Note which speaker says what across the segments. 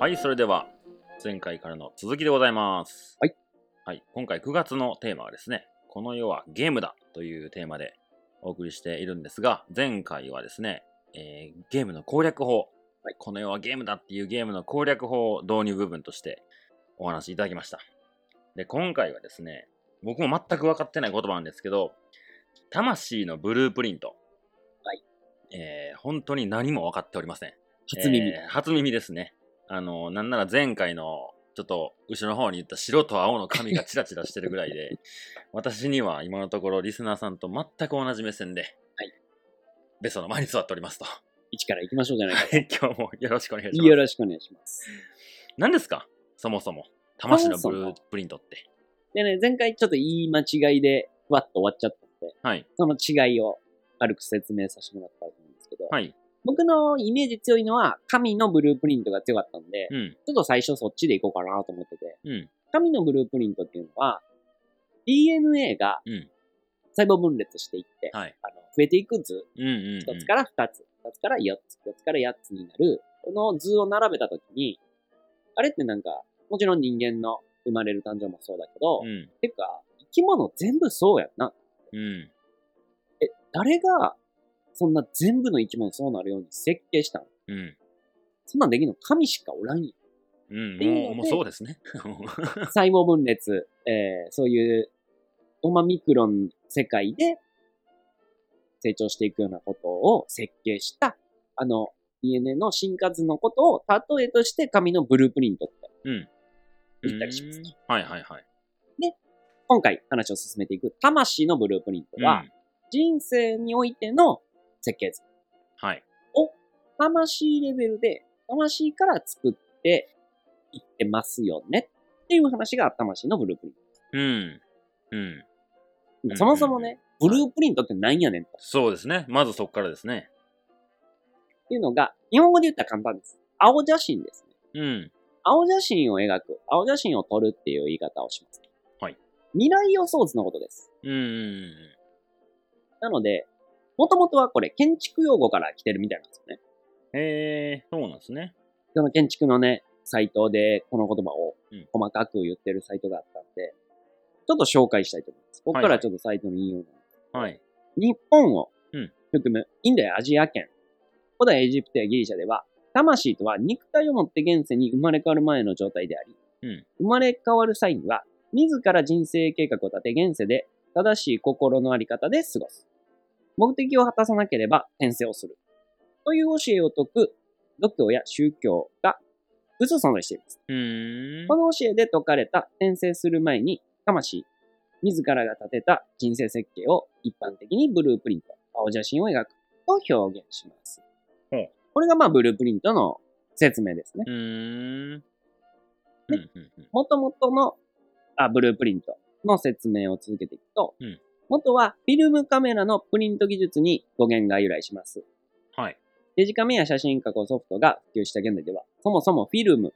Speaker 1: はい、それでは前回からの続きでございます。
Speaker 2: はい。
Speaker 1: はい、今回9月のテーマはですね、この世はゲームだというテーマでお送りしているんですが、前回はですね、えーゲームの攻略法、はい、この世はゲームだっていうゲームの攻略法を導入部分としてお話しいただきました。で、今回はですね、僕も全く分かってない言葉なんですけど、魂のブループリント。
Speaker 2: はい。
Speaker 1: えー本当に何も分かっておりません。
Speaker 2: 初耳。
Speaker 1: えー初耳ですね。あの、なんなら前回の、ちょっと後ろの方に言った白と青の髪がチラチラしてるぐらい で、私には今のところリスナーさんと全く同じ目線で、
Speaker 2: はい。
Speaker 1: ベソの前に座っておりますと。は
Speaker 2: 一から行きましょうじゃないか。
Speaker 1: い、 今日もよろしくお願いしま
Speaker 2: よ
Speaker 1: す。
Speaker 2: ろしくお願いします。
Speaker 1: 何ですかそもそも。魂の
Speaker 2: そ
Speaker 1: ブ
Speaker 2: もそ
Speaker 1: ルー
Speaker 2: も
Speaker 1: プリントって。
Speaker 2: でね、前回ちょっと言い間違いで、ふわっと終わっちゃったんで、
Speaker 1: はい。
Speaker 2: その違いを軽く説明させてもらったと思うんですけど、
Speaker 1: はい。
Speaker 2: 僕のイメージ強いのは、神のブループリントが強かったんで、
Speaker 1: うん。
Speaker 2: ちょっと最初そっちで行こうかなと思ってて、
Speaker 1: うん。
Speaker 2: 神のブループリントっていうのは、DNA が
Speaker 1: うん
Speaker 2: 細胞分裂していって、
Speaker 1: はい。
Speaker 2: あの増えていく図、
Speaker 1: うんうん、うん。
Speaker 2: 一つから二つ、二つから四つ、四つから八つになる、この図を並べたときに、あれってなんか、もちろん人間の生まれる誕生もそうだけど、
Speaker 1: うん。
Speaker 2: てか、生き物全部そうやんな。
Speaker 1: うん。
Speaker 2: 誰が、そんな全部の生き物そうなるように設計したの
Speaker 1: うん。
Speaker 2: そんなんできんの神しかおらんやん。
Speaker 1: うん。
Speaker 2: ていうの
Speaker 1: もう、
Speaker 2: で
Speaker 1: もうそうですね。
Speaker 2: 細胞分裂、えー、そういう、オマミクロン世界で成長していくようなことを設計した、あの、DNA の進化図のことを例えとして紙のブループリントって
Speaker 1: うん。
Speaker 2: 言ったりしますね。
Speaker 1: うんはいはいはい。
Speaker 2: 今回話を進めていく魂のブループリントは、
Speaker 1: うん、
Speaker 2: 人生においての設計図。
Speaker 1: はい。
Speaker 2: 魂レベルで、魂から作っていってますよねっていう話が魂のブループリント。
Speaker 1: うん。うん。うん
Speaker 2: そもそもね、
Speaker 1: うん
Speaker 2: ブループリントって何やねんと。っ
Speaker 1: そうですね。まずそこからですね。
Speaker 2: ていうのが、日本語で言ったら簡単です。青写真ですね。
Speaker 1: うん。
Speaker 2: 青写真を描く、青写真を撮るっていう言い方をします。
Speaker 1: はい。
Speaker 2: 未来予想図のことです。
Speaker 1: うんうん。
Speaker 2: なので、もともとはこれ建築用語から来てるみたいなんですよね。
Speaker 1: へえ、そうなんですね。
Speaker 2: その建築のね、サイトでこの言葉を
Speaker 1: うん
Speaker 2: 細かく言ってるサイトがあったんで、ちょっと紹介したいと思います。ここか
Speaker 1: はいは
Speaker 2: ら
Speaker 1: い
Speaker 2: ちょっとサイトの引用なんです
Speaker 1: はい。
Speaker 2: 日本を
Speaker 1: うん
Speaker 2: 含むインドやアジア圏、古代エジプトやギリシャでは、魂とは肉体をもって現世に生まれ変わる前の状態であり、
Speaker 1: うん
Speaker 2: 生まれ変わる際には、自ら人生計画を立て現世で正しい心のあり方で過ごす。目的を果たさなければ転生をする。という教えを説く度胸や宗教が薄存在しています。
Speaker 1: うーん。
Speaker 2: この教えで説かれた転生する前に、魂、自らが立てた人生設計を一般的にブループリント、青写真を描くと表現します
Speaker 1: ほう。
Speaker 2: これがまあブループリントの説明ですね
Speaker 1: う。ーん。うんうんうん
Speaker 2: 元々のあブループリントの説明を続けていくと、
Speaker 1: うん
Speaker 2: 元はフィルムカメラのプリント技術に語源が由来します。
Speaker 1: はい。
Speaker 2: デジカメや写真加工ソフトが普及した現在では、そもそもフィルム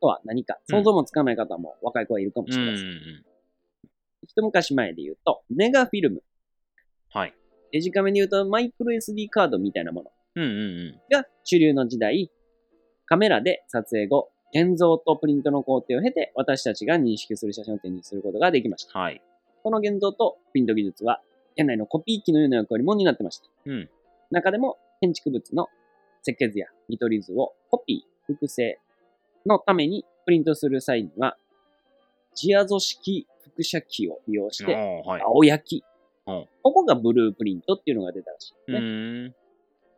Speaker 2: とは何か、想像もつかない方も若い子はいるかも
Speaker 1: う
Speaker 2: し
Speaker 1: ん
Speaker 2: れ
Speaker 1: うん
Speaker 2: ません。
Speaker 1: うん。
Speaker 2: 一昔前で言うと、メガフィルム。
Speaker 1: はい。
Speaker 2: デジカメで言うと、マイクロ SD カードみたいなもの
Speaker 1: うんうん
Speaker 2: が主流の時代、カメラで撮影後、現像とプリントの工程を経て、私たちが認識する写真を手にすることができました。
Speaker 1: うん。はい。
Speaker 2: この現像とプリント技術は、現代のコピー機のような役割も担ってました。
Speaker 1: うん。
Speaker 2: 中でも、建築物の設計図や見取り図をコピー、複製のためにプリントする際には、ジアゾ式複写機を利用して、
Speaker 1: おーはい。
Speaker 2: 青焼き。
Speaker 1: うん
Speaker 2: ここがブループリントっていうのが出たらしい、
Speaker 1: う
Speaker 2: ね
Speaker 1: ーん。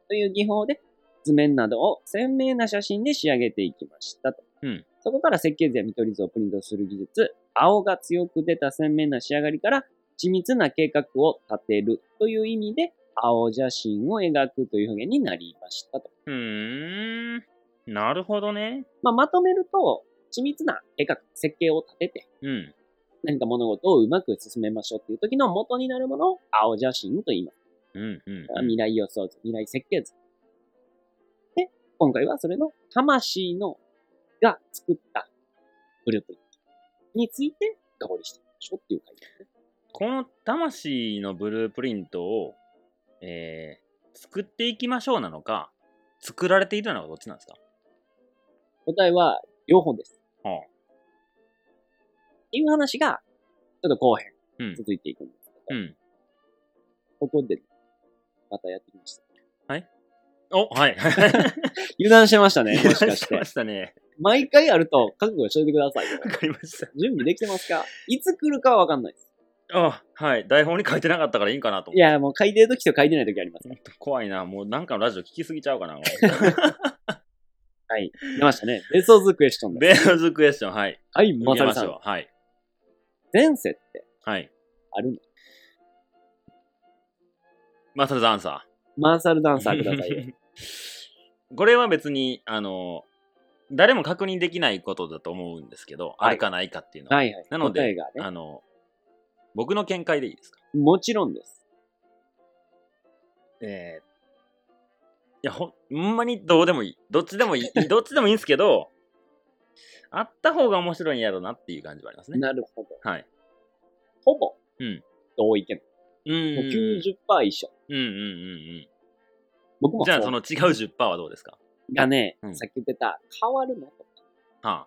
Speaker 2: という技法で図面などを鮮明な写真で仕上げていきましたと。
Speaker 1: うん
Speaker 2: そこから設計図や見取り図をプリントする技術、青が強く出た鮮明な仕上がりから緻密な計画を立てるという意味で、青写真を描くという表現になりましたと。
Speaker 1: うーん。なるほどね。
Speaker 2: まあ、まとめると、緻密な計画、設計を立てて、
Speaker 1: うん。
Speaker 2: 何か物事をうまく進めましょうっていう時の元になるものを青写真と言います。
Speaker 1: うんうんうん。
Speaker 2: 未来予想図、未来設計図。で、今回はそれの魂のが作ったブループリントについて深掘りしていきましょうっていう回ですね。
Speaker 1: この魂のブループリントを、えー、作っていきましょうなのか、作られているなのかどっちなんですか
Speaker 2: 答えは両本です。
Speaker 1: はあ
Speaker 2: っていう話が、ちょっと後編
Speaker 1: うん、
Speaker 2: 続いていくんですけど、
Speaker 1: うん。
Speaker 2: ここで、またやってきました。
Speaker 1: お、はい。
Speaker 2: 油断してました ね、もしか
Speaker 1: 出
Speaker 2: し
Speaker 1: して
Speaker 2: て
Speaker 1: ま。したね。
Speaker 2: 毎回あると覚悟しといてくだ さいよ。
Speaker 1: わかりました。
Speaker 2: 準備できてますかいつ来るかはわかんないです。
Speaker 1: あ、はい。台本に書いてなかったからいいんかなと思っ
Speaker 2: い
Speaker 1: て。
Speaker 2: や、もう書いてる時と書いてない時あります。
Speaker 1: 怖いな。もうなんかのラジオ聞きすぎちゃうかな。
Speaker 2: はい。出ましたね。ベソーズクエスチョンです。
Speaker 1: ベーズクエスチョン、はい。
Speaker 2: はい、
Speaker 1: 行
Speaker 2: ま
Speaker 1: き
Speaker 2: さ
Speaker 1: ま
Speaker 2: み
Speaker 1: し
Speaker 2: さん。
Speaker 1: ょう。はい。
Speaker 2: 前世って
Speaker 1: はい。
Speaker 2: あるの
Speaker 1: マサルダンサ
Speaker 2: マーサルダ
Speaker 1: ー。
Speaker 2: ンサーくださいよ。
Speaker 1: これは別に、あの、誰も確認できないことだと思うんですけど、
Speaker 2: はい
Speaker 1: あるかないかって いうのは。
Speaker 2: はいはい。
Speaker 1: なので
Speaker 2: 答えがね。
Speaker 1: あの、僕の見解でいいですか
Speaker 2: もちろんです。
Speaker 1: えーいや、ほほんまにどうでもいい。どっちでもい い。どっちでもいいんですけど、あった方が面白いんやろなっていう感じはありますね。
Speaker 2: なるほど。
Speaker 1: はい。
Speaker 2: ほぼ、
Speaker 1: うん
Speaker 2: 同意見。
Speaker 1: うん
Speaker 2: も
Speaker 1: う。
Speaker 2: うん90%以上。
Speaker 1: うんうんうん
Speaker 2: 僕
Speaker 1: うん。
Speaker 2: も
Speaker 1: じゃあ、
Speaker 2: う
Speaker 1: その違う10%はどうですか
Speaker 2: がね、
Speaker 1: うん
Speaker 2: さっき言ってた、変わるのとか、
Speaker 1: はあ。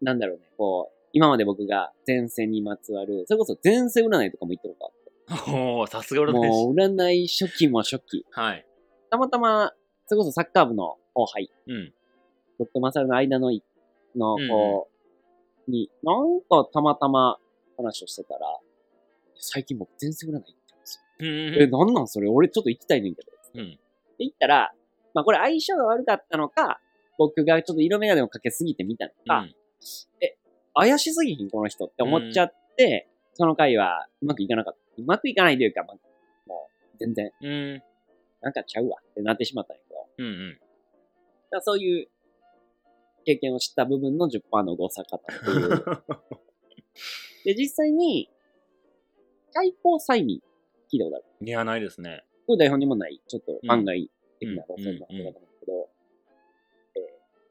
Speaker 2: なんだろうね、こう、今まで僕が前世にまつわる、それこそ前世占いとかも行ったことあっ て。
Speaker 1: おー、さすが俺の天使
Speaker 2: もう占い初期も初期。
Speaker 1: はい。
Speaker 2: たまたま、それこそサッカー部の後輩、
Speaker 1: うん。
Speaker 2: 僕とマサルの間のい、の
Speaker 1: うん、
Speaker 2: こう、に、なんかたまたま話をしてたら、最近僕前世占い行ったんです
Speaker 1: うん
Speaker 2: よ。え、なんなんそれ俺ちょっと行きたいねんけど。
Speaker 1: うんうん。
Speaker 2: って言ったら、まあこれ相性が悪かったのか、僕がちょっと色眼鏡をかけすぎてみたの
Speaker 1: う
Speaker 2: か、
Speaker 1: ん。
Speaker 2: 怪しすぎひん、この人って思っちゃって、その回はうまくいかなかった。うまくいかないというか、まあ、もう全然、
Speaker 1: うん。
Speaker 2: なんかちゃうわってなってしまったんやけど、だか
Speaker 1: うんうん。
Speaker 2: らそういう経験を知った部分の10%の誤差方って いう。で、実際に、対抗催眠、聞いたことある。
Speaker 1: いや、ないですね。
Speaker 2: これ台本にもない、ちょっと番外的な路
Speaker 1: うん
Speaker 2: 線の話だと思うんですけど、えー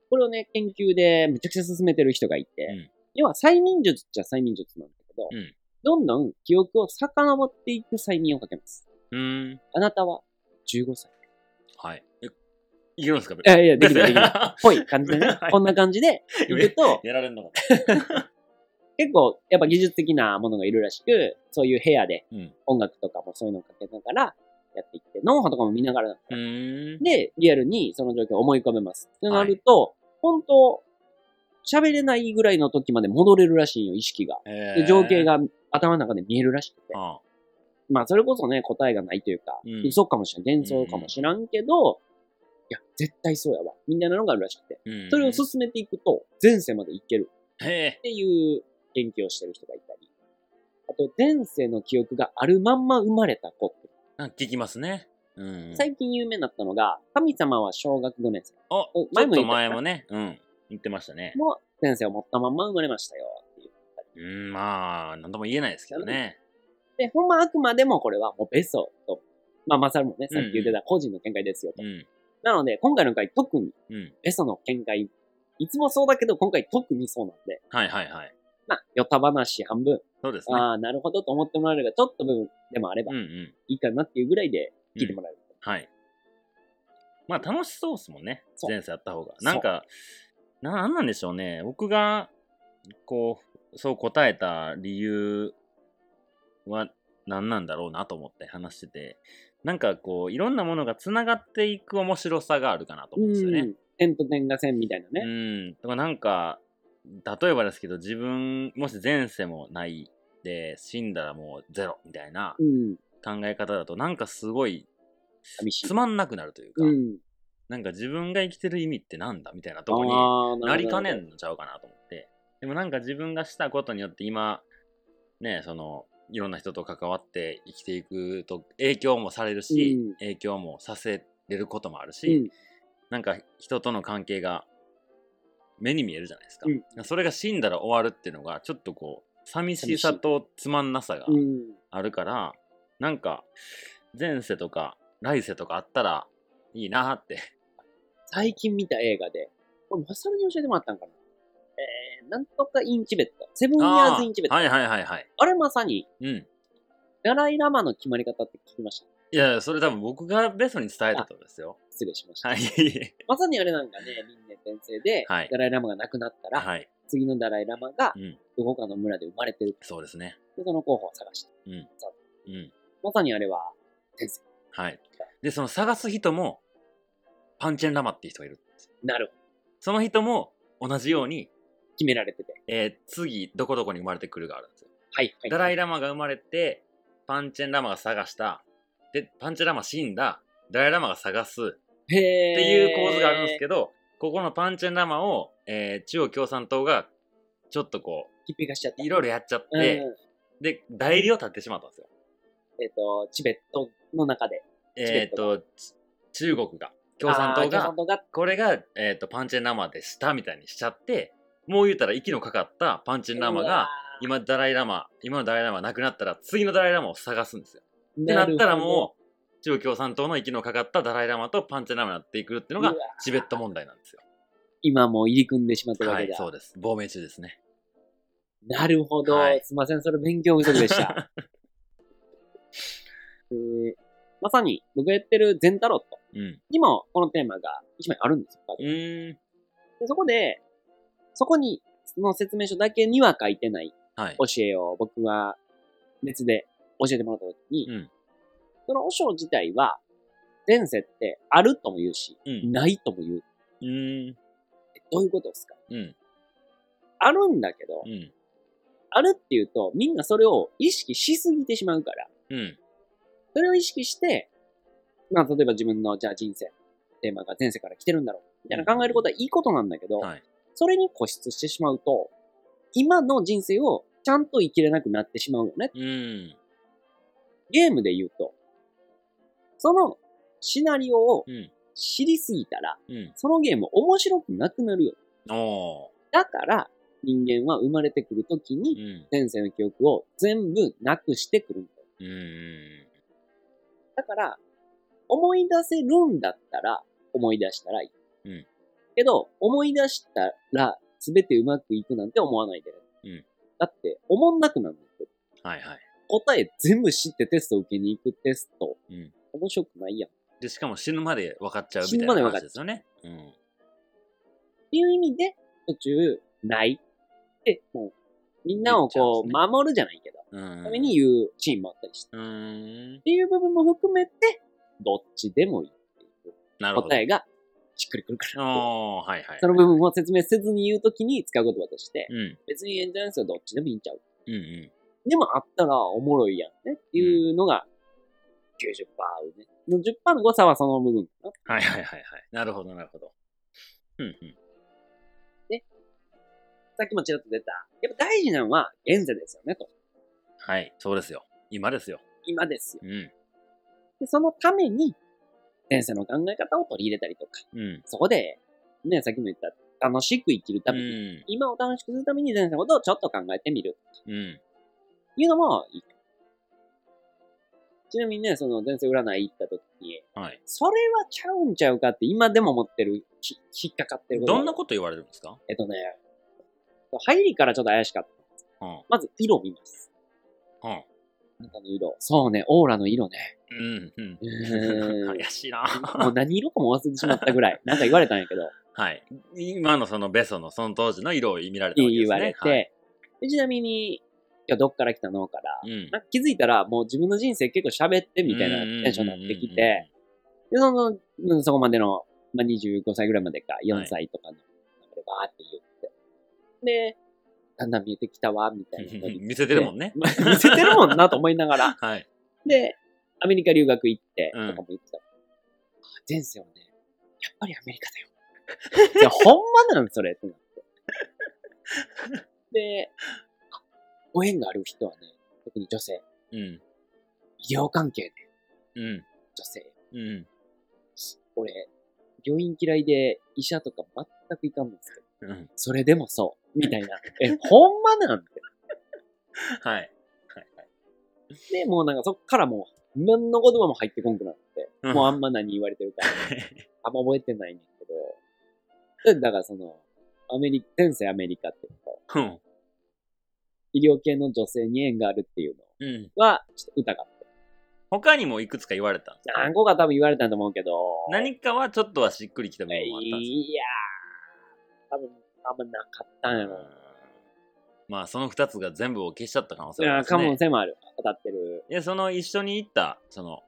Speaker 2: これをね、研究でめちゃくちゃ進めてる人がいて、
Speaker 1: うん
Speaker 2: 要は催眠術っちゃ催眠術なんだけど、
Speaker 1: うん
Speaker 2: どんどん記憶を遡っていく催眠をかけます。
Speaker 1: うん。
Speaker 2: あなたは15歳。
Speaker 1: はい。えいけるんですか
Speaker 2: いやいや、できない できない。
Speaker 1: や
Speaker 2: ぽい感じでね
Speaker 1: は、い
Speaker 2: こんな感じでいく と、
Speaker 1: られんのか
Speaker 2: 結構やっぱ技術的なものがいるらしく、そういう部屋で
Speaker 1: な。うん。
Speaker 2: 音楽とかもそういうのをかけながらやっていって、脳波とかも見ながらなんだ
Speaker 1: うーん。
Speaker 2: で、リアルにその状況を思い浮かべます。ってなると、本当喋れないぐらいの時まで戻れるらしいよ、意識が。
Speaker 1: え
Speaker 2: で、
Speaker 1: ー
Speaker 2: 情景。が頭の中で見えるらしくて。
Speaker 1: ああ
Speaker 2: まあ、それこそね、答えがないというか、
Speaker 1: うん
Speaker 2: 嘘かもしれん、幻想かもしらんけど、いや、絶対そうやわ。みたいなのがあるらしくて。
Speaker 1: うん
Speaker 2: それを進めていくと、前世までいける
Speaker 1: へ
Speaker 2: っていう研究をしてる人がいたり。あと、前世の記憶があるまんま生まれた子っ
Speaker 1: ー
Speaker 2: て。
Speaker 1: なんか聞きますね。うん。
Speaker 2: 最近有名になったのが、神様は小学5年生。
Speaker 1: あ、
Speaker 2: お
Speaker 1: ちょっと
Speaker 2: 言った
Speaker 1: 前
Speaker 2: よな
Speaker 1: もね、うん。言ってましたね。
Speaker 2: も先生を持ったまんま生まれましたよっていう。
Speaker 1: うん、まあ、なんとも言えないですけどね。
Speaker 2: で、ほんまあくまでもこれはもうベソと、まあマサルもね、さっき言ってた個人の見解ですよと。
Speaker 1: うん。
Speaker 2: なので、今回の回特に
Speaker 1: うん。
Speaker 2: ベソの見解、いつもそうだけど今回特にそうなんで、
Speaker 1: はいはいはい。
Speaker 2: まあ、よた話半分、
Speaker 1: そうですね。
Speaker 2: ああ、なるほどと思ってもらえれば、ちょっと部分でもあれば
Speaker 1: うんうん。
Speaker 2: いいかなっていうぐらいで聞いてもらえる。
Speaker 1: はい。まあ楽しそうですもんね。
Speaker 2: そう
Speaker 1: 前世やった方が。
Speaker 2: そ
Speaker 1: な
Speaker 2: う
Speaker 1: んか、ななんなんでしょうね。僕が、こう、そう答えた理由は何なんだろうなと思って話してて、なんかこう、いろんなものがつながっていく面白さがあるかなと思うんですよね。
Speaker 2: ん。点と点が線みたいなね。
Speaker 1: うん。とかなんか、例えばですけど、自分、もし前世もないで、死んだらもうゼロみたいな
Speaker 2: うん。
Speaker 1: 考え方だと、なんかすごい
Speaker 2: 寂しい。
Speaker 1: つまんなくなるというか、
Speaker 2: うん。
Speaker 1: なんか自分が生きてる意味ってなんだみたいなとこに
Speaker 2: ああ、
Speaker 1: なりかね
Speaker 2: ん。
Speaker 1: んのちゃうかなと思って。でもなんか自分がしたことによって今、ね、その、いろんな人と関わって生きていくと影響もされるし、
Speaker 2: うん
Speaker 1: 影響もさせれることもあるし、
Speaker 2: うん。
Speaker 1: なんか人との関係が目に見えるじゃないですか。
Speaker 2: うん
Speaker 1: それが死んだら終わるっていうのが、ちょっとこう、寂しさとつまんなさが
Speaker 2: うん。
Speaker 1: あるから、なんか、前世とか来世とかあったらいいなって。
Speaker 2: 最近見た映画で、これ、マサルに教えてもらったんかなえー、なんとかインチベット。セブンイヤーズインチベット。あ,、
Speaker 1: はいはいはいはい。
Speaker 2: れまさに、
Speaker 1: うん。
Speaker 2: ダライラマの決まり方って聞きました。
Speaker 1: いやいや、それ多分僕がベストに伝えたと思うんですよ。
Speaker 2: 失礼しました。
Speaker 1: はい。は
Speaker 2: まさにあれなんかね、輪廻転生で、
Speaker 1: はい
Speaker 2: ダライラマが亡くなったら、
Speaker 1: い。
Speaker 2: 次のダライラマが
Speaker 1: うん。
Speaker 2: どこかの村で生まれてる。
Speaker 1: そうですね。
Speaker 2: で、その候補を探した。
Speaker 1: うん。うん。
Speaker 2: まさにあれは、転生。
Speaker 1: はい。で、その探す人も、パンチェンラマっていう人がいる。
Speaker 2: なるほど。
Speaker 1: その人も同じように、
Speaker 2: 決められてて。
Speaker 1: えー次、どこどこに生まれてくるがあるんですよ。
Speaker 2: はい、はい。
Speaker 1: ダライ
Speaker 2: ラ
Speaker 1: ラマが生まれて、パンチェンラマが探した、で、パンチェンラマ死んだ、ダライラマが探す、っ
Speaker 2: へー。
Speaker 1: ていう構図があるんですけど、ここのパンチェンラマを、えー中央共産党が、ちょっとこ
Speaker 2: ど、きっぺがしちゃった。
Speaker 1: う、いろいろやっちゃっ
Speaker 2: うん
Speaker 1: て、で、代理を立ってしまったんですよ。
Speaker 2: えっ、と、チベットの中で。
Speaker 1: えっ、
Speaker 2: チベット
Speaker 1: と、ち中国が、共産
Speaker 2: あ
Speaker 1: 党
Speaker 2: ー共
Speaker 1: が
Speaker 2: 産、党が、
Speaker 1: これが、えっとパンチェンラマでしたみたいにしちゃってもう言うたら息のかかったパンチェンラマが
Speaker 2: うわ
Speaker 1: 今ダライラマ今のダライラマが亡くなったら次のダライラマを探すんですよ。
Speaker 2: ー、
Speaker 1: ってなったらもう中共産党の息のかかったダライラマとパンチェンラマになっていくっていうの
Speaker 2: う
Speaker 1: が
Speaker 2: わ
Speaker 1: チベット問題なんですよ。
Speaker 2: 今もう入り組んでしまってるわ
Speaker 1: は
Speaker 2: け
Speaker 1: い
Speaker 2: だ。
Speaker 1: そうです亡命中ですね。
Speaker 2: なるほど、
Speaker 1: はい
Speaker 2: すいません、それ勉強不足で した。 えーまさに僕がやってる全タロット
Speaker 1: うん。
Speaker 2: にもこのテーマが一枚あるんですよ。
Speaker 1: うーん。
Speaker 2: でそこで、そこに、その説明書だけには書いてない
Speaker 1: はい。
Speaker 2: 教えを僕は別で教えてもらった時に、
Speaker 1: うん
Speaker 2: その和尚自体は、前世ってあるとも言うし、
Speaker 1: うん。
Speaker 2: ないとも言う。
Speaker 1: うーん。
Speaker 2: えどういうことですか
Speaker 1: うん。
Speaker 2: あるんだけど、
Speaker 1: うん。
Speaker 2: あるっていうと、みんなそれを意識しすぎてしまうから、
Speaker 1: うん。
Speaker 2: それを意識して、まあ、例えば自分の、じゃあ人生、テーマが前世から来てるんだろう、みたいな考えることはいいことなんだけど、
Speaker 1: はい。
Speaker 2: それに固執してしまうと、今の人生をちゃんと生きれなくなってしまうよね。
Speaker 1: うーん。
Speaker 2: ゲームで言うと、そのシナリオを
Speaker 1: うん。
Speaker 2: 知りすぎたら、
Speaker 1: う
Speaker 2: そのゲーム面白くなくなるよ。
Speaker 1: ん。お
Speaker 2: だから、人間は生まれてくるとき
Speaker 1: ー。う
Speaker 2: に、
Speaker 1: ん。
Speaker 2: 前世の記憶を全部なくしてくるんだよ。
Speaker 1: うーん。
Speaker 2: だから、思い出せるんだったら、思い出したらいい。
Speaker 1: うん
Speaker 2: けど、思い出したら、すべてうまくいくなんて思わないで。
Speaker 1: うん
Speaker 2: だって、思んなくなるんだって。
Speaker 1: はいはい。
Speaker 2: 答え全部知ってテスト受けに行くテスト、
Speaker 1: うん。
Speaker 2: 面白くないやん。っ
Speaker 1: で、しかも死ぬまで分かっちゃう
Speaker 2: 死
Speaker 1: みた
Speaker 2: ぬ
Speaker 1: いな
Speaker 2: まで分か
Speaker 1: 話
Speaker 2: っ
Speaker 1: ですよね。うん。
Speaker 2: ていう意味で、途中、ない。で、もう、みんなをこう、
Speaker 1: 言っちゃ
Speaker 2: 守るじゃないけど、
Speaker 1: うん。
Speaker 2: ために言うシーンもあったりして。っ
Speaker 1: うーん。
Speaker 2: ていう部分も含めて、どっちでもいい。
Speaker 1: なるほど。
Speaker 2: 答えが、しっくりくるから。
Speaker 1: おー、はいはい。
Speaker 2: その部分を説明せずに言うときに使う言葉として、
Speaker 1: うん。うん
Speaker 2: 別にエンジャンスはどっちでもいいんちゃう。
Speaker 1: う
Speaker 2: でもあったらおもろいやんねっていうのが90%合うね。の10%の誤差はその部分かな。
Speaker 1: ん。はいはいはいはい。なるほどなるほど。うんうん。
Speaker 2: さっきもちらっと出た。やっぱ大事なのは現世ですよねと。
Speaker 1: はい。そうですよ。今ですよ。
Speaker 2: 今ですよ。
Speaker 1: うん。
Speaker 2: で、そのために、前世の考え方を取り入れたりとか、
Speaker 1: うん。
Speaker 2: そこで、ね、さっきも言った、楽しく生きるた
Speaker 1: う
Speaker 2: めに、
Speaker 1: ん。
Speaker 2: 今を楽しくするために前世のことをちょっと考えてみる。
Speaker 1: うん。
Speaker 2: いうのもいい。ちなみにね、その前世占い行った時に、
Speaker 1: はい。
Speaker 2: それはちゃうんちゃうかって今でも思ってる、ひ引っかかってることが
Speaker 1: どんなこと言われるんですか
Speaker 2: えっとね、入りからちょっと怪しかった。
Speaker 1: うん。
Speaker 2: まず色見ます。
Speaker 1: うん。
Speaker 2: あなたの色。そうね、オーラの色ね。
Speaker 1: うん。うん
Speaker 2: うーん。
Speaker 1: 怪しいな
Speaker 2: もう何色かも忘れてしまった ぐらい、なんか言われたんやけど、
Speaker 1: はい。今のそのベソのその当時の色を見られたわけで
Speaker 2: 言
Speaker 1: すね。
Speaker 2: われて、
Speaker 1: はい。
Speaker 2: でちなみに、今日どっから来たのから、
Speaker 1: うん。
Speaker 2: なんか気づいたらもう自分の人生結構喋ってみたいなテンションになってきて、で、その、うんそこまでの、まあ、25歳ぐらいまでか、4歳とかの、中でバーって言って。で、だんだん見えてきたわ、みた
Speaker 1: う
Speaker 2: い
Speaker 1: ん
Speaker 2: な
Speaker 1: うん
Speaker 2: の
Speaker 1: うん。
Speaker 2: に。
Speaker 1: 見せてるもんね。
Speaker 2: まあ 見せてるもんなと思いながら。
Speaker 1: はい。
Speaker 2: で、アメリカ留学行って、と
Speaker 1: うん
Speaker 2: かも言ってた。あ前世はね、やっぱりアメリカだよ。 いや、ほんまなのそれってなって。で、あご縁がある人はね、特に女性、
Speaker 1: うん。
Speaker 2: 医療関係で
Speaker 1: うん。
Speaker 2: 女性。
Speaker 1: うん。
Speaker 2: 俺、病院嫌いで医者とか全く行かんのですけど、
Speaker 1: うん。
Speaker 2: それでもそう、み たいな。え、ほんまなんて。
Speaker 1: はい。
Speaker 2: で、もうなんかそっからもう、何の言葉も入ってこんくなって、
Speaker 1: うん
Speaker 2: もうあんま何言われて るか、あんま覚えてないねんけど、でだからその、アメリカ、前世アメリカってこと、
Speaker 1: うん。
Speaker 2: 医療系の女性に縁があるっていうのを、
Speaker 1: うん。
Speaker 2: は、ちょっと疑って。
Speaker 1: 他にもいくつか言われたんですか
Speaker 2: 何個か多分言われたんだと思うけど。
Speaker 1: 何かはちょっとはしっくりきた部分もあったんです
Speaker 2: いやー、多分、あんまなかったんや
Speaker 1: けど
Speaker 2: ろ。
Speaker 1: まあ、その二つが全部を消しちゃった可能性はあ
Speaker 2: あ
Speaker 1: り
Speaker 2: あ、
Speaker 1: ます
Speaker 2: 可能
Speaker 1: ね。
Speaker 2: 性もある。当たってる。
Speaker 1: で、その一緒に行った、その、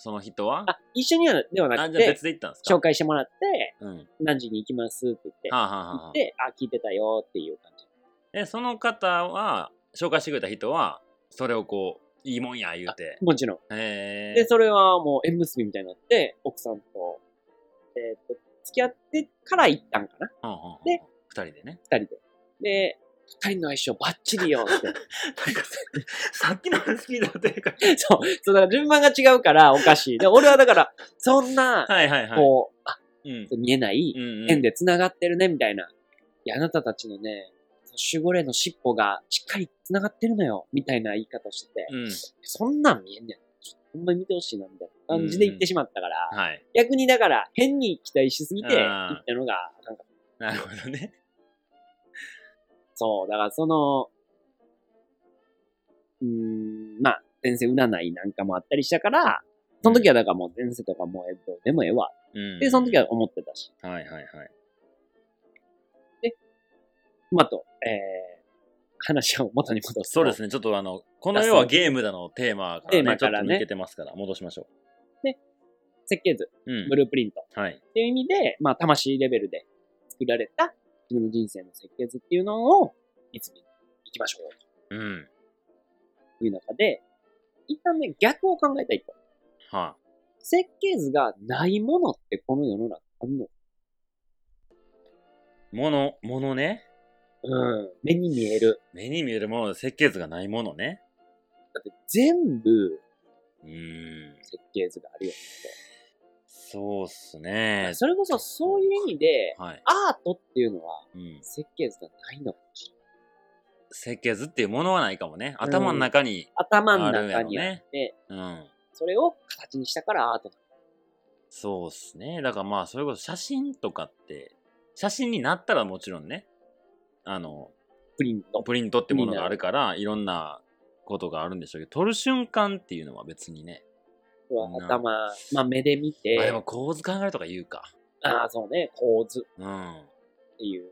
Speaker 1: その人は、
Speaker 2: あ、一緒にはではな
Speaker 1: あ、
Speaker 2: く
Speaker 1: じゃあ
Speaker 2: て
Speaker 1: 別、で行ったんですか
Speaker 2: 紹介してもらって、
Speaker 1: うん。は
Speaker 2: 何時に行きますって言って、
Speaker 1: あ、はあはあ
Speaker 2: 行
Speaker 1: はあ
Speaker 2: っ、て、あ、聞いてたよっていう感じ。
Speaker 1: で、その方は、紹介してくれた人は、それをこう、いいもんや言うて。
Speaker 2: もちろん。
Speaker 1: へえ
Speaker 2: で、。それはもう縁結びみたいになって、奥さんと、えっ、と、付き合ってから行ったんかな
Speaker 1: うんうんうん
Speaker 2: で
Speaker 1: 二人でね。
Speaker 2: 二人で。で、二人の相性バッチリよ っ
Speaker 1: なんかささっきの話聞いたこというか。
Speaker 2: て。そう。そう、だから順番が違うからおかしい。で、俺はだから、そんな、
Speaker 1: はいはいはい。
Speaker 2: こう、
Speaker 1: うん
Speaker 2: あ、見えない
Speaker 1: うんうん
Speaker 2: 縁で繋がってるね、みたいな。いや、あなたたちのね、守護霊の尻尾がしっかり繋がってるのよ、みたいな言い方してて、
Speaker 1: うん。
Speaker 2: そんなん見えんねん。ちょっとほんまに見てほしいな、みたいな感じで言ってしまったから、
Speaker 1: はい。
Speaker 2: 逆にだから変に期待しすぎて言
Speaker 1: あー
Speaker 2: ったのが、なんか、
Speaker 1: なるほどね。
Speaker 2: そう、だからその、うーん、まあ、前世占いなんかもあったりしたから、その時はだからもう前世とかもうえっと、でもええわ。
Speaker 1: うん
Speaker 2: で、その時。は思ってたし。
Speaker 1: はいはいはい。
Speaker 2: まあ、あと、えー、話を元に戻すと。
Speaker 1: そうですね。ちょっとあの、この世はゲームだのテーマから
Speaker 2: テ
Speaker 1: ね、
Speaker 2: ーマからね
Speaker 1: ちょっと抜けてますから、戻しましょ
Speaker 2: 設計図、
Speaker 1: う。うん
Speaker 2: ブ。ループリント
Speaker 1: はい。
Speaker 2: っていう意味で、まあ、魂レベルで作られた自分の人生の設計図っていうのを、いつに行きましょうよ
Speaker 1: うん。
Speaker 2: という中で、一旦ね、逆を考えたいと。
Speaker 1: は
Speaker 2: 設計図がないものってこの世の中あんの
Speaker 1: い。もの、ものね。
Speaker 2: うん。目に見える。
Speaker 1: 目に見えるもので設計図がないものね。
Speaker 2: だって全部
Speaker 1: うん。
Speaker 2: 設計図があるよね。
Speaker 1: そうっすね。
Speaker 2: それこそそういう意味で、
Speaker 1: はい。
Speaker 2: アートっていうのは
Speaker 1: うん。
Speaker 2: 設計図がないのかもしれない。
Speaker 1: 設計図っていうものはないかもね。頭の中に。
Speaker 2: 頭の中にあ
Speaker 1: あるや
Speaker 2: っ
Speaker 1: ろ
Speaker 2: て、
Speaker 1: うん。
Speaker 2: それを形にしたからアートだ。
Speaker 1: そうっすね。だからまあ、それこそ写真とかって、写真になったらもちろんね、あの、
Speaker 2: プリント。
Speaker 1: プリントってものがあるから、いろんなことがあるんでしょうけど、撮る瞬間っていうのは別にね。んな
Speaker 2: 頭、まあ目で見
Speaker 1: まあでも
Speaker 2: て、
Speaker 1: 構図考えるとか言うか。
Speaker 2: ああ、そうね、構図っ
Speaker 1: うん。
Speaker 2: ていう。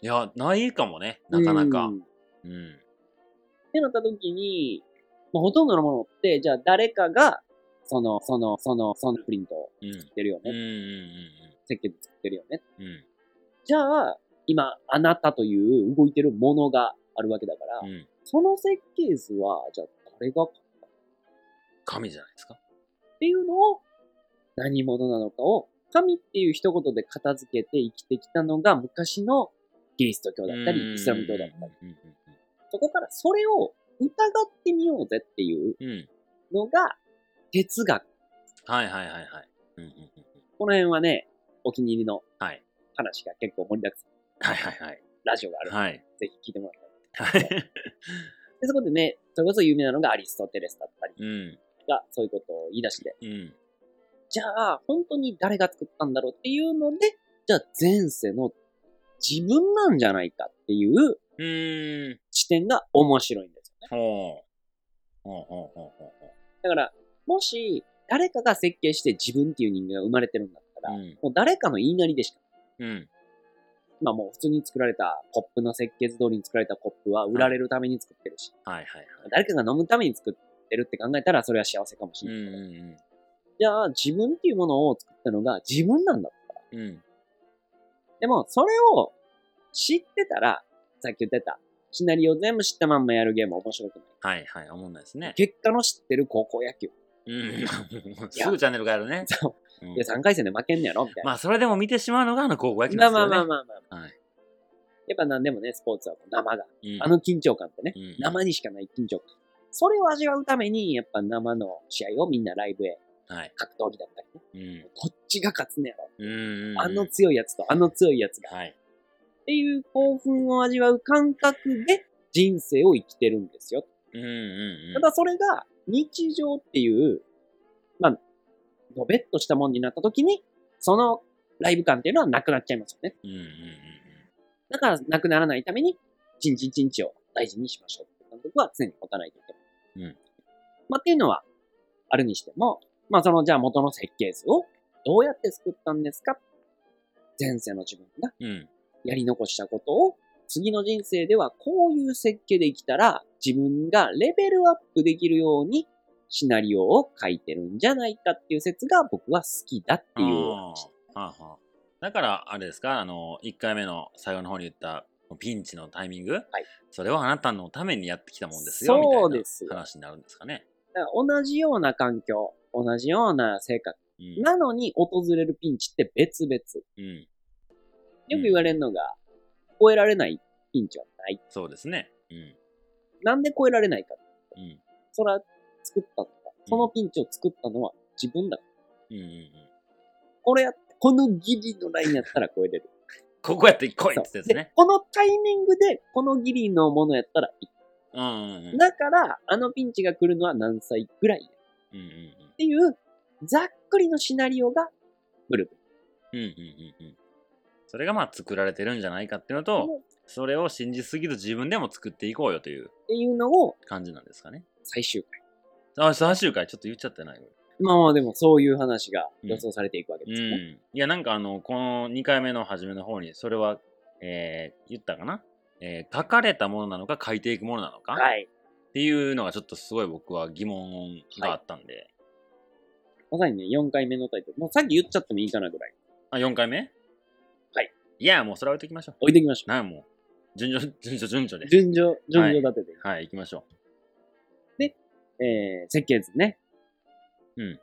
Speaker 1: いや、ないかもね、なかなか
Speaker 2: う。んっ
Speaker 1: うん。
Speaker 2: てなった時に、まあ、ほとんどのものって、じゃあ誰かが、その、その、その、そのプリントを
Speaker 1: うん。
Speaker 2: 作ってるよ
Speaker 1: うん。うん。
Speaker 2: ね。設計図作ってるよね。
Speaker 1: うん。うん。
Speaker 2: じゃあ、今、あなたという動いてるものがあるわけだから、
Speaker 1: うん。うん
Speaker 2: その設計図は、じゃあ誰がっ
Speaker 1: 神じゃないですか。
Speaker 2: ていうのを、何者なのかを、神っていう一言で片付けて生きてきたのが昔のキリスト教だった
Speaker 1: うん
Speaker 2: り、イスラム教だったり、。
Speaker 1: うん。
Speaker 2: そこからそれを疑ってみようぜっていう
Speaker 1: うん。うん。
Speaker 2: のが哲学。
Speaker 1: はいはいはいはい。うん。うん。うん
Speaker 2: この辺はね、お気に入りの
Speaker 1: はい
Speaker 2: 話が結構盛りだくさ
Speaker 1: は
Speaker 2: ん、
Speaker 1: いはいはい。
Speaker 2: ラジオがあるので、
Speaker 1: はい。
Speaker 2: ぜひ聞いてもらったら。
Speaker 1: はい。
Speaker 2: で、そこでね、それこそ有名なのがアリストテレスだったり
Speaker 1: うん。
Speaker 2: が、そういうことを言い出して、
Speaker 1: うん。
Speaker 2: じゃあ、本当に誰が作ったんだろうっていうので、じゃあ前世の自分なんじゃないかっていう
Speaker 1: うーん。
Speaker 2: 視点が面白いんですよね。
Speaker 1: ほう。ほうほうほうほう
Speaker 2: だから、もし誰かが設計して自分っていう人間が生まれてるんだった
Speaker 1: ほ
Speaker 2: ら、
Speaker 1: う。うん。
Speaker 2: もう誰かの言いなりでしかない。
Speaker 1: うん。
Speaker 2: まあもう普通に作られたコップの設計図通りに作られたコップは売られるために作ってるし、
Speaker 1: はいはいはい。
Speaker 2: 誰かが飲むために作ってるって考えたらそれは幸せかもし
Speaker 1: うん
Speaker 2: れない。
Speaker 1: うん
Speaker 2: じゃあ自分っていうものを作ったのが自分なんだったら。
Speaker 1: うん。うん。
Speaker 2: でも、それを知ってたら、さっき言ってた、シナリオ全部知ったまんまやるゲームは面白くない。
Speaker 1: はいはい。思んないですね。
Speaker 2: 結果の知ってる高校野球。
Speaker 1: うん。 すぐチャンネル変えるね。
Speaker 2: そう
Speaker 1: うん
Speaker 2: いや、3回戦で負けんねやろみたいな。
Speaker 1: まあ、それでも見てしまうのがあの高校野球
Speaker 2: ま
Speaker 1: な
Speaker 2: あ
Speaker 1: んです
Speaker 2: まあ
Speaker 1: よね。
Speaker 2: まあまあまあまあ。
Speaker 1: はい
Speaker 2: やっぱ何でもね、スポーツはこう生が。
Speaker 1: うん
Speaker 2: あの緊張感ってね、
Speaker 1: うん
Speaker 2: 生にしかない緊張感。それを味わうために、やっぱ生の試合をみんなライブへ、
Speaker 1: はい。
Speaker 2: 格闘技だったりね。
Speaker 1: うん。
Speaker 2: こっちが勝つねやろ。
Speaker 1: うん。
Speaker 2: あの、強いやつとあの強いやつが。
Speaker 1: はい。
Speaker 2: っていう興奮を味わう感覚で人生を生きてるんですよ。
Speaker 1: うんうんう
Speaker 2: た
Speaker 1: ん。
Speaker 2: だそれが日常っていう、まあ、のべっとしたもんになった時に、そのライブ感っていうのはなくなっちゃいますよね。
Speaker 1: うんうんうん
Speaker 2: だからなくならないために、一日一日を大事にしましょうっていう感覚は常に持たないといけない。
Speaker 1: うん
Speaker 2: まあっていうのは、あるにしても、まあそのじゃあ元の設計図をどうやって作ったんですか前世の自分が
Speaker 1: うん。
Speaker 2: やり残したことを次の人生ではこういう設計で生きたら自分がレベルアップできるようにシナリオを書いてるんじゃないかっていう説が僕は好きだっていうお話。
Speaker 1: あーはあはあだから、あれですか、あの、1回目の最後の方に言った、ピンチのタイミング、それはあなたのためにやってきたもんですよ、
Speaker 2: そう
Speaker 1: み
Speaker 2: で
Speaker 1: た
Speaker 2: す
Speaker 1: いな話になるんですかね。
Speaker 2: だから同じような環境、同じような性格。
Speaker 1: うん。
Speaker 2: なのに訪れるピンチって別々。
Speaker 1: うん、
Speaker 2: よく言われるのが、超えられないピンチはない。
Speaker 1: そうですね。うん。
Speaker 2: なんで超えられないか。
Speaker 1: うん。
Speaker 2: それは作ったのか。そのピンチを作ったのは自分だ。
Speaker 1: うんうんうん。
Speaker 2: これや、このギリのラインやったら超え れる。
Speaker 1: ここやって来いって
Speaker 2: そう
Speaker 1: やつね
Speaker 2: で。このタイミングで、このギリのものやったらいい。
Speaker 1: うんうんうん。
Speaker 2: だから、あのピンチが来るのは何歳ぐらいっ
Speaker 1: うんうんうん。
Speaker 2: ていう、ざっくりのシナリオが、ブルブ
Speaker 1: うんうんうんうん。それがまあ作られてるんじゃないかっていうの
Speaker 2: ル。っ
Speaker 1: と、それを信じすぎず自分でも作っていこうよという
Speaker 2: ていうのを、
Speaker 1: 感じなんですかね。
Speaker 2: 最終回。
Speaker 1: あ、最終回ちょっと言っちゃってない。
Speaker 2: まあまあ、でもそういう話が予想されていくわけ
Speaker 1: う
Speaker 2: ですよね。
Speaker 1: ん。いや、なんかあの、この2回目の初めの方に、それは、えー、言ったかなえー、書かれたものなのか書いていくものなのか、
Speaker 2: はい。
Speaker 1: っていうのがちょっとすごい僕は疑問があったんで。
Speaker 2: まさにね、4回目のタイトル。もうさっき言っちゃってもいいかなぐらい。
Speaker 1: あ、4回目
Speaker 2: はい。
Speaker 1: いや、もうそれは置いときましょう。
Speaker 2: 置いてきましょ
Speaker 1: なんやもう、順序、順序、順序で。
Speaker 2: う。順序、順序立てて、
Speaker 1: はい、行きましょ
Speaker 2: えー、設計図ね。
Speaker 1: うん。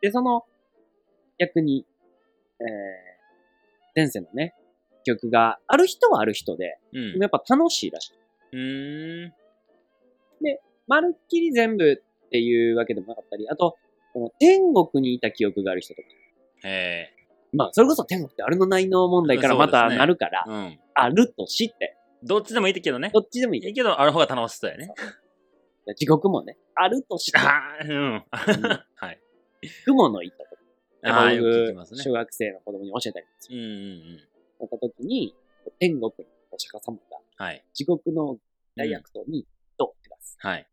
Speaker 2: で、その、逆に、えー、前世のね、曲がある人はある人で、
Speaker 1: う。うん
Speaker 2: でも。やっぱ楽しいらしい。
Speaker 1: うーん。
Speaker 2: まるっきり全部っていうわけでもなかったり、あと、この天国にいた記憶がある人とか。
Speaker 1: へ
Speaker 2: まあ、それこそ天国ってあれの内能問題からま
Speaker 1: そう
Speaker 2: た
Speaker 1: ですね
Speaker 2: なるから、
Speaker 1: ーうん。
Speaker 2: あると知って、
Speaker 1: どっちでもいいけどね
Speaker 2: ど。っちでもいい
Speaker 1: い
Speaker 2: け
Speaker 1: いけど、ある方が楽しそうやね。
Speaker 2: ど。地獄もね、あると 知って、
Speaker 1: ああ、うん。はい。
Speaker 2: 雲の糸とか。
Speaker 1: ああ、よく聞きます
Speaker 2: 僕、
Speaker 1: ね
Speaker 2: 小。学生の子供に教えたりす
Speaker 1: うん
Speaker 2: る。
Speaker 1: うんうん。
Speaker 2: だった時に、天国のお釈迦様が
Speaker 1: はい。
Speaker 2: 地獄の大悪党にどうって出す。
Speaker 1: はい。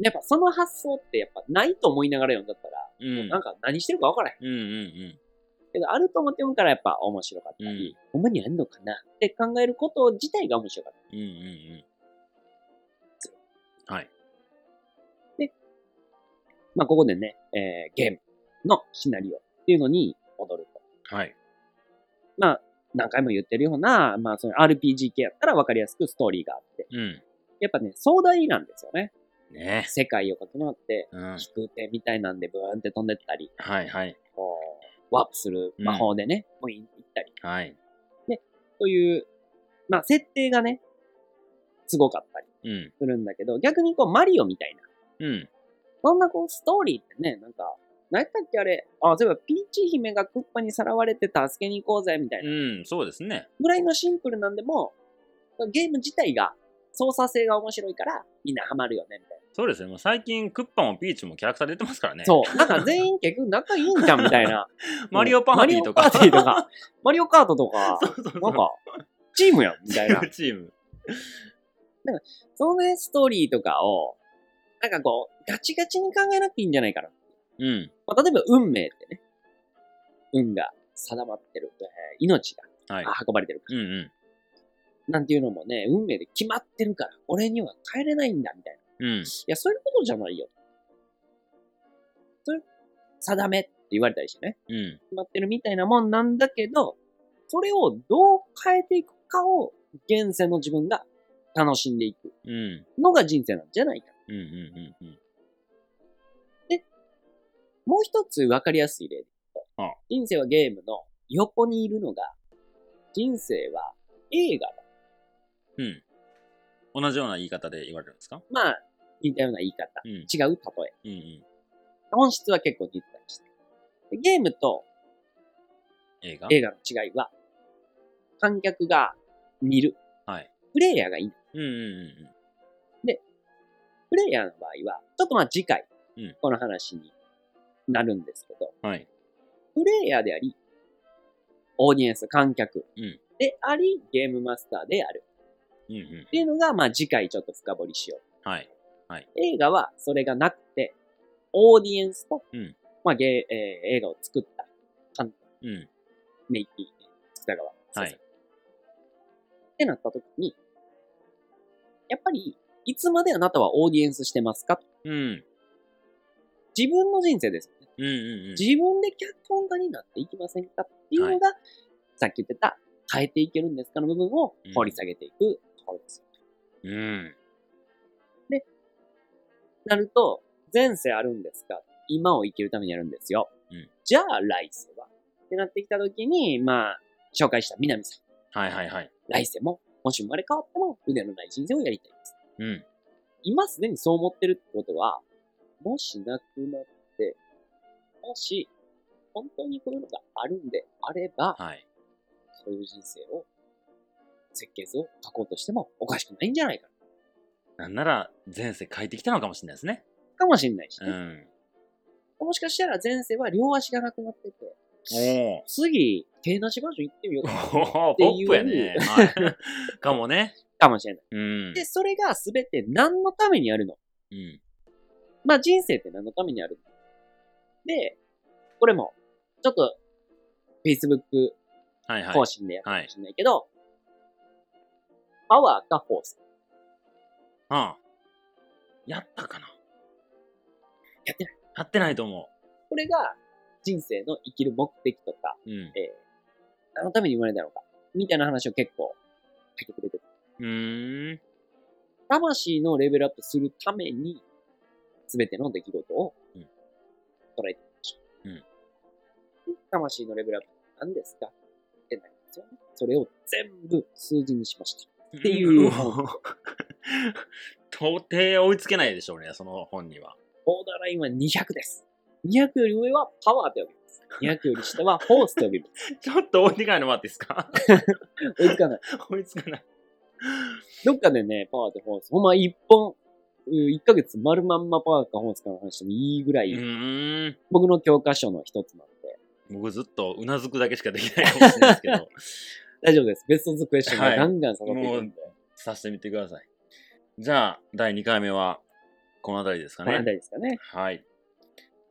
Speaker 2: やっぱその発想ってやっぱないと思いながら読んだったら、
Speaker 1: うん。うん
Speaker 2: なんか何してるか分からへん。
Speaker 1: うんうん。
Speaker 2: けどあると思って読むからやっぱ面白かったり、ほんまにあんのかなって考えること自体が面白かった。
Speaker 1: うんうんうん。
Speaker 2: まあここでね、えー、ゲームのシナリオっていうのに戻ると。
Speaker 1: はい。
Speaker 2: まあ何回も言ってるような、まあその RPG 系やったら分かりやすくストーリーがあって。
Speaker 1: うん。
Speaker 2: やっぱね、壮大なんですよね。
Speaker 1: ね
Speaker 2: 世界を駆け回って、
Speaker 1: え。うん。
Speaker 2: 飛空艇みたいなんでブーンって飛んでったり、
Speaker 1: はいはい。
Speaker 2: こう、ワープする魔法でね、ポイン行ったり、
Speaker 1: はい。
Speaker 2: という、まあ、設定がね、すごかったり
Speaker 1: うん。
Speaker 2: するんだけど、逆にこう、マリオみたいな、
Speaker 1: うん。
Speaker 2: そんなこう、ストーリーってね、なんか、何やったっけあれ、あ、そういえば、ピーチ姫がクッパにさらわれて助けに行こうぜ、みたいな、
Speaker 1: うん。そうですね。
Speaker 2: ぐらいのシンプルなんでも、ゲーム自体が、操作性が面白いから、みんなハマるよね、みたいな。
Speaker 1: そうですね。もう最近、クッパもピーチもキャラクター出てますからね。
Speaker 2: そう。なんか全員結局仲いいんじゃん、みたいな。
Speaker 1: マリオパーティーとか。
Speaker 2: マリオパーティーとか、 マリオカートとか、
Speaker 1: そうそうそう。
Speaker 2: なんか、チームやん、み
Speaker 1: チ
Speaker 2: たい
Speaker 1: ー
Speaker 2: な
Speaker 1: ム、。チーム。
Speaker 2: そのね、ストーリーとかを、なんかこう、ガチガチに考えなくていいんじゃないかな。
Speaker 1: うん。
Speaker 2: まあ、例えば、運命ってね、運が定まってる、えー命が、
Speaker 1: はい。
Speaker 2: あ運ばれてるか
Speaker 1: うんう
Speaker 2: なんていうのもね、運命で決まってるから、俺には帰れないんだ、みたいな。
Speaker 1: ん。う
Speaker 2: い
Speaker 1: ん。
Speaker 2: や、そういうことじゃないよ。それ、定めって言われたりしてね、
Speaker 1: うん。
Speaker 2: 決まってるみたいなもんなんだけど、それをどう変えていくかを、現世の自分が楽しんでいく
Speaker 1: うん。
Speaker 2: のが人生なんじゃないか。
Speaker 1: うんうんうんうん。
Speaker 2: もう一つ分かりやすい例で言うと、
Speaker 1: うん
Speaker 2: 人生はゲームの横にいるのが、人生は映画だ。
Speaker 1: うん。同じような言い方で言われるんですか
Speaker 2: まあ、似たような言い方。
Speaker 1: うん。うん
Speaker 2: 違う例え。
Speaker 1: うん。
Speaker 2: 本質は結構似てたりして。でゲームと
Speaker 1: 映画
Speaker 2: 映画の違いは、観客が見る。
Speaker 1: はい。
Speaker 2: プレイヤーがいない。
Speaker 1: うんうんうん
Speaker 2: プレイヤーの場合は、ちょっとまあ次回
Speaker 1: うん、
Speaker 2: この話になるんですけど、
Speaker 1: うん。はい。
Speaker 2: プレイヤーであり、オーディエンス、観客
Speaker 1: うん
Speaker 2: であり、ゲームマスターである。
Speaker 1: うんうん
Speaker 2: っ。ていうのが、まあ次回ちょっと深掘りしよう
Speaker 1: はい。はい
Speaker 2: 映画はそれがなくて、オーディエンスと、
Speaker 1: うん
Speaker 2: まあ、ゲえー映画を作った監督、
Speaker 1: うん。
Speaker 2: メイキー、作った側。
Speaker 1: はい
Speaker 2: ってなった時に、やっぱり、いつまであなたはオーディエンスしてますか
Speaker 1: うん。
Speaker 2: 自分の人生ですよね。
Speaker 1: うんうんうん。
Speaker 2: 自分で脚本家になっていきませんかっていうのが、さっき言ってた、変えていけるんですかの部分を
Speaker 1: うん
Speaker 2: 掘り下げていくところですよ。
Speaker 1: うん。
Speaker 2: なると、前世あるんですか今を生きるためにやるんですよ。
Speaker 1: うん
Speaker 2: じゃあ、来世はってなってきた時に、まあ、紹介した南さん。
Speaker 1: はいはいはい。
Speaker 2: 来世も、もし生まれ変わっても腕のない人生をやりたいです。
Speaker 1: うん。
Speaker 2: 今すでにそう思ってるってことは、もしなくなって、もし、本当にこういうのがあるんであれば、
Speaker 1: はい。
Speaker 2: そういう人生を、設計図を書こうとしてもおかしくないんじゃないか
Speaker 1: なんなら、前世変えてきたのかもしれないですね。
Speaker 2: な。かもしれないし、
Speaker 1: う
Speaker 2: ね
Speaker 1: ん。
Speaker 2: もしかしたら前世は両足がなくなってて、
Speaker 1: おお。
Speaker 2: 次、手なしバージョン行ってみようかな。
Speaker 1: おお、
Speaker 2: て
Speaker 1: ポッ
Speaker 2: いう
Speaker 1: プやね。はい。かもね。
Speaker 2: かもしれない。
Speaker 1: うん。
Speaker 2: で、それが全て何のためにやるの
Speaker 1: うん。
Speaker 2: まあ人生って何のためにあるので、これも、ちょっと、Facebook
Speaker 1: はいはい。
Speaker 2: 更新でやったかもしれないけど、パワーかフォース。
Speaker 1: ああ。やったかな
Speaker 2: やってない。
Speaker 1: やってないと思
Speaker 2: これが人生の生きる目的とか、
Speaker 1: う。うん。
Speaker 2: えー、何のために生まれたのか、みたいな話を結構書いてくれてる。
Speaker 1: うーん。
Speaker 2: 魂のレベルアップするために、すべての出来事を
Speaker 1: うん
Speaker 2: 捉えてみましょう。
Speaker 1: うん
Speaker 2: 魂のレベルアップ何ですかってなりますよね。それを全部数字にしました。
Speaker 1: って
Speaker 2: いう
Speaker 1: 到底追いつけないでしょうね、その本には。
Speaker 2: ボーダーラインは200です。200より上はパワーと呼びます。200より下はフォースと呼びます。
Speaker 1: ちょっと追いつかないのもらっていいです か
Speaker 2: 追いつかない。
Speaker 1: 追いつかない。
Speaker 2: どっかでね、パワーとフォース、ほんま一本、うん一ヶ月丸まんまパワーかフォースかの話してもいいぐらい、
Speaker 1: うーん。
Speaker 2: 僕の教科書の一つなんで、
Speaker 1: 僕ずっとうなずくだけしかできないかもしれない ですけど、
Speaker 2: 大丈夫です。ベストズクエスチョン
Speaker 1: は
Speaker 2: が
Speaker 1: い
Speaker 2: ガンガン下がっていくんで。
Speaker 1: させてみてください。じゃあ、第2回目は、この辺りですか
Speaker 2: この
Speaker 1: ね。
Speaker 2: 辺りですかね。
Speaker 1: はい。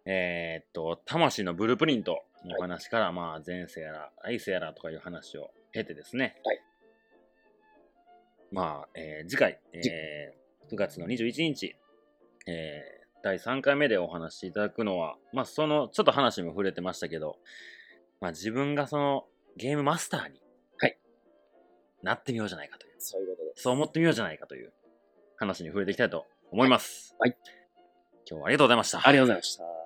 Speaker 1: えーっと、魂のブループリントのお話から、まあ、前世やら、来世やらとかいう話を経てですね。
Speaker 2: はい
Speaker 1: まあ、えー次回、えー9月の21日、えー第3回目でお話しいただくのは、まあ、その、ちょっと話にも触れてましたけど、まあ、自分がその、ゲームマスターに、
Speaker 2: はい
Speaker 1: なってみようじゃないかという。
Speaker 2: そういうことです。
Speaker 1: そう思ってみようじゃないかという話に触れていきたいと思います。
Speaker 2: はい。
Speaker 1: 今日はありがとうございました。
Speaker 2: ありがとうございました。